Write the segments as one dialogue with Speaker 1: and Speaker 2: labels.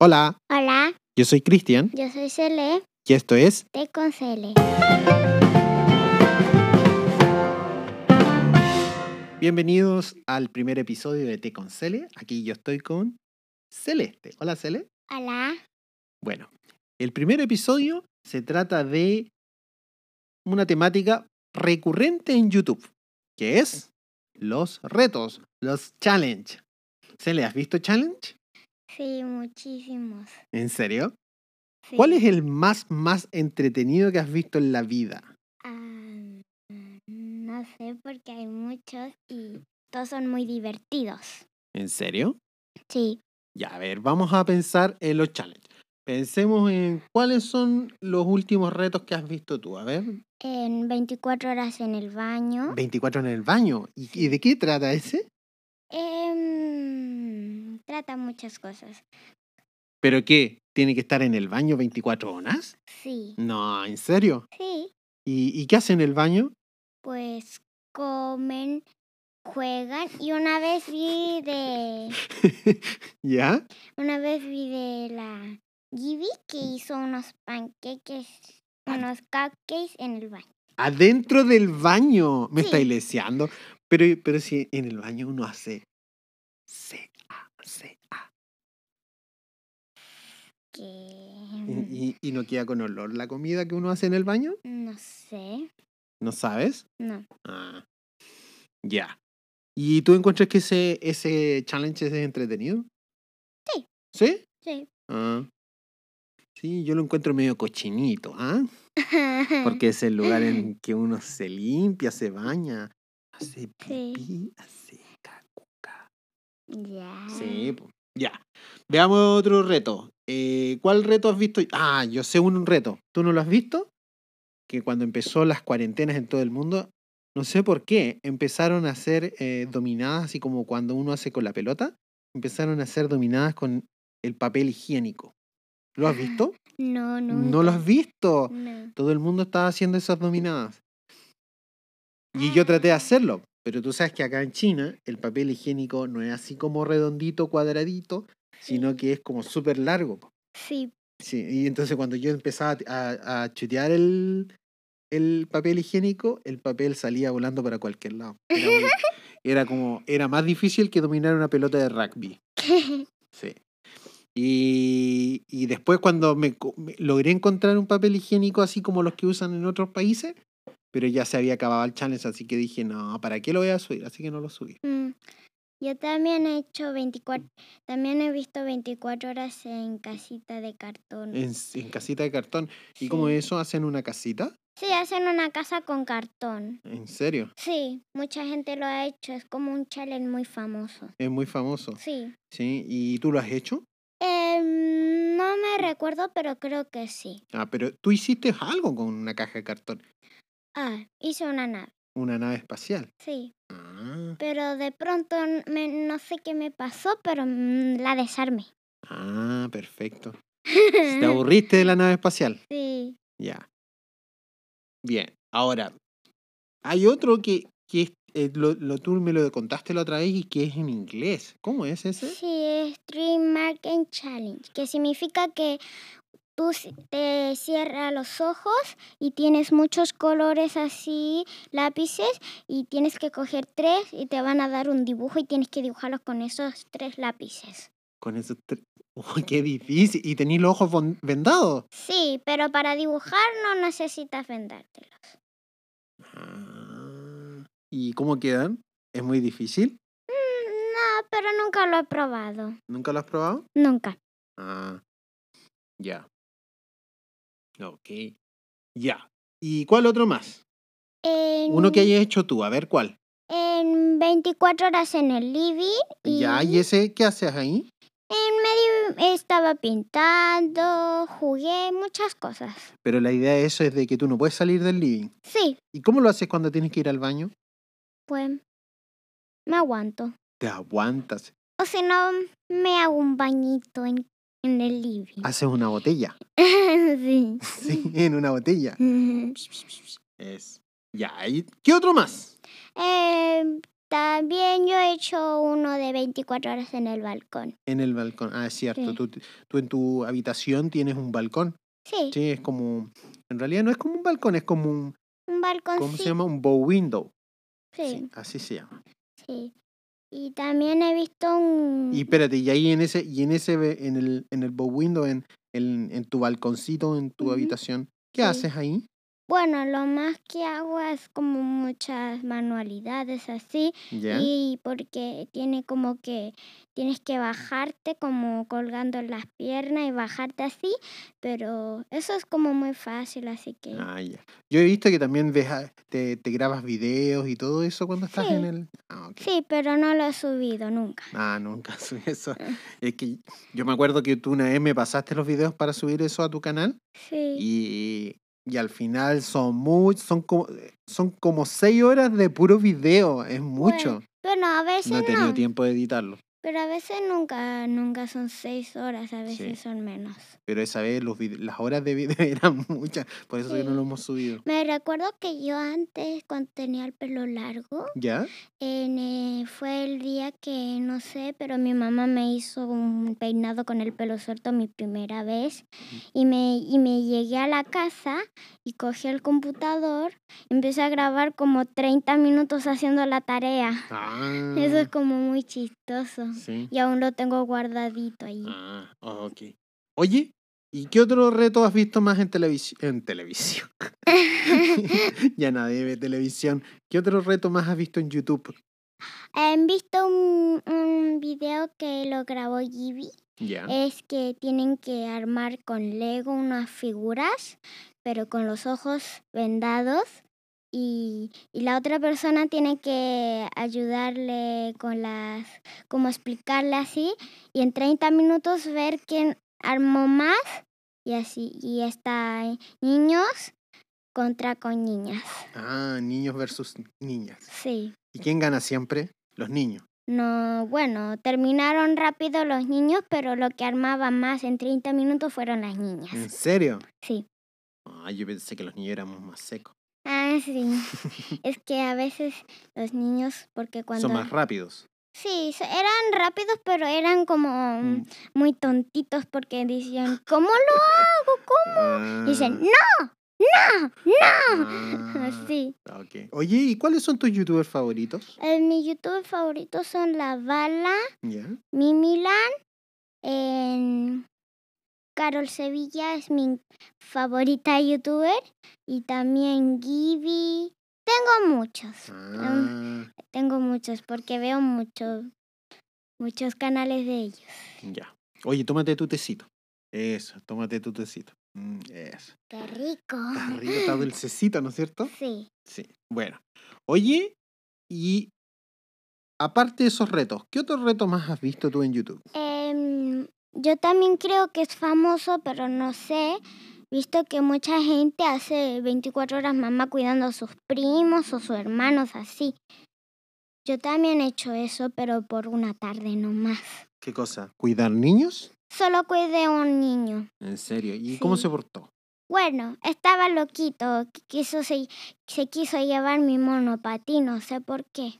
Speaker 1: Hola,
Speaker 2: Hola,
Speaker 1: yo soy Cristian
Speaker 2: yo soy Cele,
Speaker 1: y esto es
Speaker 2: te con Cele.
Speaker 1: Bienvenidos al primer episodio de Té con Cele. Aquí yo estoy con Celeste. Hola, Cele.
Speaker 2: Hola,
Speaker 1: Bueno, el primer episodio se trata de una temática recurrente en YouTube, que es los retos, los challenge. Cele, ¿has visto challenge?
Speaker 2: sí, muchísimos.
Speaker 1: ¿En serio?
Speaker 2: sí.
Speaker 1: ¿Cuál es el más, más entretenido que has visto en la vida?
Speaker 2: Ah, no sé, porque hay muchos y todos son muy divertidos.
Speaker 1: ¿En serio?
Speaker 2: Sí,
Speaker 1: Ya, a ver, vamos a pensar en los challenges. Pensemos en cuáles son los últimos retos que has visto tú. A ver,
Speaker 2: en 24 horas en el baño.
Speaker 1: 24 en el baño. ¿Y, y de qué trata ese?
Speaker 2: Em, trata muchas cosas.
Speaker 1: ¿Pero qué? ¿Tiene que estar en el baño 24 horas?
Speaker 2: Sí,
Speaker 1: No, ¿en serio?
Speaker 2: sí,
Speaker 1: ¿Y, y qué hace en el baño?
Speaker 2: pues comen, juegan y una vez vi de...
Speaker 1: ¿Ya?
Speaker 2: Una vez vi de la Gibi que hizo unos panqueques,
Speaker 1: Pan-
Speaker 2: unos cupcakes en el baño.
Speaker 1: Adentro del baño. Me
Speaker 2: Sí.
Speaker 1: está ileseando. Pero, pero si en el baño uno hace... C, A, C, A.
Speaker 2: Que Mm.
Speaker 1: Y- y- ¿Y no queda con olor la comida que uno hace en el baño?
Speaker 2: no sé,
Speaker 1: ¿No sabes?
Speaker 2: no.
Speaker 1: Ah, ya. ¿Y tú encuentras que ese, ese challenge es entretenido?
Speaker 2: Sí.
Speaker 1: ¿Sí?
Speaker 2: Sí.
Speaker 1: Ah. Sí, yo lo encuentro medio cochinito, ¿ah?
Speaker 2: Mm.
Speaker 1: Porque es el lugar en que uno se limpia, se baña, hace
Speaker 2: Sí.
Speaker 1: pipí, hace cacuca.
Speaker 2: ya.
Speaker 1: Sí, po. ya. Veamos otro reto. Eh, ¿Cuál reto has visto? Ah, yo sé un reto. ¿Tú no lo has visto? Que cuando empezó las cuarentenas en todo el mundo, no sé por qué, empezaron a ser eh, dominadas, así como cuando uno hace con la pelota, empezaron a ser dominadas con el papel higiénico. ¿Lo has
Speaker 2: Ah,
Speaker 1: visto?
Speaker 2: No, no.
Speaker 1: No lo has visto.
Speaker 2: No.
Speaker 1: Todo el mundo estaba haciendo esas dominadas. Y yo traté de hacerlo. Pero tú sabes que acá en China el papel higiénico no es así como redondito, cuadradito, sino
Speaker 2: Sí.
Speaker 1: que es como súper largo. po.
Speaker 2: Sí,
Speaker 1: Sí, y entonces cuando yo empezaba a, a chutear el, el papel higiénico, el papel salía volando para cualquier lado. Era, muy- era como, era más difícil que dominar una pelota de rugby. Sí. Y, y después cuando me, co- me- logré encontrar un papel higiénico así como los que usan en otros países, pero ya se había acabado el challenge, así que dije, no, ¿para qué lo voy a subir? Así que no lo subí.
Speaker 2: mm. Yo también he hecho 24, también he visto 24 horas en casita de cartón.
Speaker 1: En, en casita de cartón. ¿Y como
Speaker 2: Sí.
Speaker 1: eso hacen una casita?
Speaker 2: Sí, hacen una casa con cartón.
Speaker 1: ¿En serio?
Speaker 2: Sí, mucha gente lo ha hecho, es como un challenge muy famoso.
Speaker 1: Es muy famoso.
Speaker 2: Sí.
Speaker 1: ¿Sí? ¿Y tú lo has hecho?
Speaker 2: Em, no me recuerdo, pero creo que sí.
Speaker 1: Ah, pero tú hiciste algo con una caja de cartón.
Speaker 2: Ah, hice una nave,
Speaker 1: Una nave espacial.
Speaker 2: sí.
Speaker 1: Ah,
Speaker 2: Pero de pronto n- me- no sé qué me pasó, pero mm, la desarmé.
Speaker 1: ah perfecto.
Speaker 2: Ah.
Speaker 1: ¿Te aburriste de la nave espacial?
Speaker 2: sí.
Speaker 1: Ya. Bien, ahora, hay otro que, que es- eh, lo, lo- tú me lo contaste la otra vez y que es en inglés. ¿Cómo es ese?
Speaker 2: Sí, es Dream Marking Challenge, que significa que tú ci- te cierras los ojos y tienes muchos colores así, lápices, y tienes que coger tres y te van a dar un dibujo y tienes que dibujarlos con esos tres lápices.
Speaker 1: Con esos tres. Uy, qué difícil. Y tenés los ojos von- vendados.
Speaker 2: Sí, pero para dibujar no necesitas vendártelo.
Speaker 1: Ah, ¿Y cómo quedan? ¿Es muy difícil?
Speaker 2: No, pero nunca lo he probado.
Speaker 1: ¿Nunca lo has probado?
Speaker 2: Nunca.
Speaker 1: Ah, ya. Ok. Ya. ¿Y cuál otro más?
Speaker 2: En,
Speaker 1: Uno que hayas hecho tú, a ver cuál.
Speaker 2: En 24 horas en el living. Y
Speaker 1: Ya, ¿y ese qué haces ahí?
Speaker 2: En medio estaba pintando, jugué muchas cosas.
Speaker 1: Pero la idea de eso es de que tú no puedes salir del living.
Speaker 2: Sí,
Speaker 1: ¿Y cómo lo haces cuando tienes que ir al baño?
Speaker 2: pues me aguanto.
Speaker 1: Te aguantas,
Speaker 2: O si no, me hago un bañito en, en el living.
Speaker 1: haces una botella.
Speaker 2: sí.
Speaker 1: Sí, en una botella.
Speaker 2: Eh,
Speaker 1: Es. Ya, ¿y qué otro más?
Speaker 2: Eh, También yo he hecho uno de 24 horas en el balcón.
Speaker 1: En el balcón. Ah, es cierto.
Speaker 2: Sí.
Speaker 1: Tú, tú en tu habitación tienes un balcón.
Speaker 2: Sí,
Speaker 1: Sí, es como. En realidad no es como un balcón, es como un.
Speaker 2: un balcón.
Speaker 1: ¿Cómo se llama? Un bow window.
Speaker 2: Ah, Sí,
Speaker 1: así se llama.
Speaker 2: sí. Y también he visto un...
Speaker 1: Y espérate, y ahí en ese, y en ese, ve- en el, en el bow window, en, en, en tu balconcito, en tu
Speaker 2: Ujú.
Speaker 1: habitación, ¿qué
Speaker 2: Sí.
Speaker 1: haces ahí?
Speaker 2: Bueno, lo más que hago es como muchas manualidades así
Speaker 1: Ya.
Speaker 2: y porque tiene como que tienes que bajarte como colgando las piernas y bajarte así, pero eso es como muy fácil, así que
Speaker 1: Ah, ya. Yo he visto que también ves a- te, te grabas videos y todo eso cuando estás
Speaker 2: Sí.
Speaker 1: en el. Ah, ok.
Speaker 2: sí, pero no lo he subido nunca.
Speaker 1: Ah, nunca subí eso.
Speaker 2: Ah.
Speaker 1: Es que yo me acuerdo que tú una vez me pasaste los videos para subir eso a tu canal
Speaker 2: Sí,
Speaker 1: y, y al final son muy, son como, son como seis horas de puro video,
Speaker 2: Pues,
Speaker 1: es mucho.
Speaker 2: bueno, a
Speaker 1: no he
Speaker 2: veces
Speaker 1: tenido
Speaker 2: no,
Speaker 1: tiempo de editarlo,
Speaker 2: pero a veces nunca, nunca son seis horas, a
Speaker 1: Sí.
Speaker 2: veces son menos.
Speaker 1: pero esa vez los vide- las horas de video eran muchas, por eso que no
Speaker 2: Sí.
Speaker 1: lo hemos subido.
Speaker 2: Me recuerdo que yo antes, cuando tenía el pelo largo,
Speaker 1: ¿Ya?
Speaker 2: En, eh, fue el día que no sé, pero mi mamá me hizo un peinado con el pelo suelto mi primera vez y me, y me llegué a la casa y cogí el computador, empecé a grabar como 30 minutos haciendo la tarea.
Speaker 1: Ah,
Speaker 2: Eso es como muy chistoso
Speaker 1: sí.
Speaker 2: y aún lo tengo guardadito ahí.
Speaker 1: Ah, ok. Oye, ¿y qué otro reto has visto más en televisión? En televisión. ya nadie ve televisión. ¿Qué otro reto más has visto en YouTube?
Speaker 2: ¿Han visto un, un video que lo grabó Gibi?
Speaker 1: Ya.
Speaker 2: es que tienen que armar con Lego unas figuras, pero con los ojos vendados. Y, y la otra persona tiene que ayudarle con las, como explicarle así, y en 30 minutos ver quién armó más, y así, y está eh, niños contra con niñas.
Speaker 1: Ah, niños versus niñas.
Speaker 2: Sí.
Speaker 1: ¿Y quién gana siempre? Los niños.
Speaker 2: No, bueno, terminaron rápido los niños, pero lo que armaban más en 30 minutos fueron las niñas.
Speaker 1: ¿En serio?
Speaker 2: Sí.
Speaker 1: Ah, yo pensé que los niños éramos más secos.
Speaker 2: Ah, sí. es que a veces los niños, porque cuando...
Speaker 1: Son más rápidos.
Speaker 2: Sí, so- eran rápidos, pero eran como
Speaker 1: Mm.
Speaker 2: mm, muy tontitos porque decían, ¿cómo lo hago? ¿Cómo?".
Speaker 1: Ah,
Speaker 2: Dicen,
Speaker 1: ah,
Speaker 2: no, sí.
Speaker 1: ok. Oye, ¿y cuáles son tus youtubers favoritos?
Speaker 2: Eh, mis youtubers favoritos son La Bala,
Speaker 1: Ya.
Speaker 2: Mimilan, en- Carol Sevilla es mi favorita youtuber y también Gibi. Tengo muchos.
Speaker 1: Ah,
Speaker 2: Tengo muchos porque veo mucho, muchos canales de ellos.
Speaker 1: ya. Oye, tómate tu tecito. Eso, tómate tu tecito. Mm, eso.
Speaker 2: ¡Qué rico!
Speaker 1: Está rico, está dulcecito, ¿no es cierto?
Speaker 2: Sí.
Speaker 1: Sí. Bueno. Oye, y aparte de esos retos, ¿qué otros retos más has visto tú en YouTube?
Speaker 2: Em, yo también creo que es famoso, pero no sé. Visto que mucha gente hace 24 horas mamá cuidando a sus primos o sus hermanos así. Yo también he hecho eso, pero por una tarde nomás.
Speaker 1: ¿Qué cosa? ¿Cuidar niños?
Speaker 2: Solo cuidé a un niño.
Speaker 1: En serio. ¿Y cómo
Speaker 2: Sí.
Speaker 1: se portó?
Speaker 2: Bueno, estaba loquito, qu- quiso se, se quiso llevar mi monopatín, no sé por qué.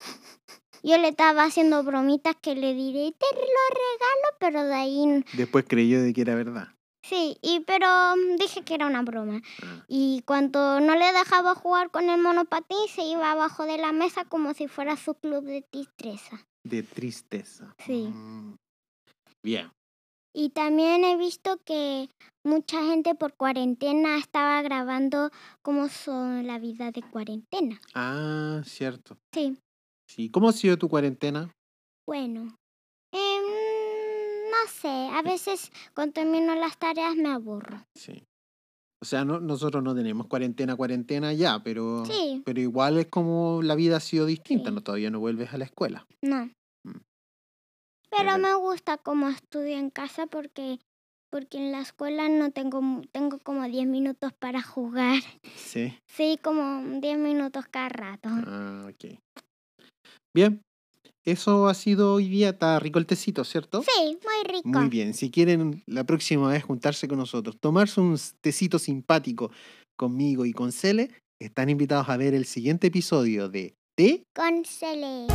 Speaker 2: Yo le estaba haciendo bromitas que le diré, te lo regalo, pero de ahí n-
Speaker 1: Después creyó de que era verdad.
Speaker 2: sí, y pero mm, dije que era una broma.
Speaker 1: Ah,
Speaker 2: Y cuando no le dejaba jugar con el monopatín, se iba abajo de la mesa como si fuera su club de destreza.
Speaker 1: de tristeza.
Speaker 2: Sí.
Speaker 1: Mm. Bien.
Speaker 2: Y también he visto que mucha gente por cuarentena estaba grabando cómo son la vida de cuarentena.
Speaker 1: Ah, cierto.
Speaker 2: Sí.
Speaker 1: Sí. ¿Cómo ha sido tu cuarentena?
Speaker 2: Bueno, em, no sé, a veces cuando termino las tareas me aburro.
Speaker 1: Sí. O sea, no, nosotros no tenemos cuarentena, cuarentena ya, pero,
Speaker 2: Sí,
Speaker 1: pero igual es como la vida ha sido distinta,
Speaker 2: Sí.
Speaker 1: no todavía no vuelves a la escuela.
Speaker 2: no.
Speaker 1: Mm.
Speaker 2: Pero
Speaker 1: Pero-
Speaker 2: me gusta cómo estudio en casa porque, porque en la escuela no tengo, mu- tengo como 10 minutos para jugar.
Speaker 1: Sí.
Speaker 2: Sí, como 10 minutos cada rato.
Speaker 1: Ah, ok. Bien, eso ha sido hoy día, está rico el tecito, ¿cierto?
Speaker 2: Sí, muy rico.
Speaker 1: Muy bien, si quieren la próxima vez juntarse con nosotros, tomarse un tecito simpático conmigo y con Cele, están invitados a ver el siguiente episodio de T
Speaker 2: E. Con Cele.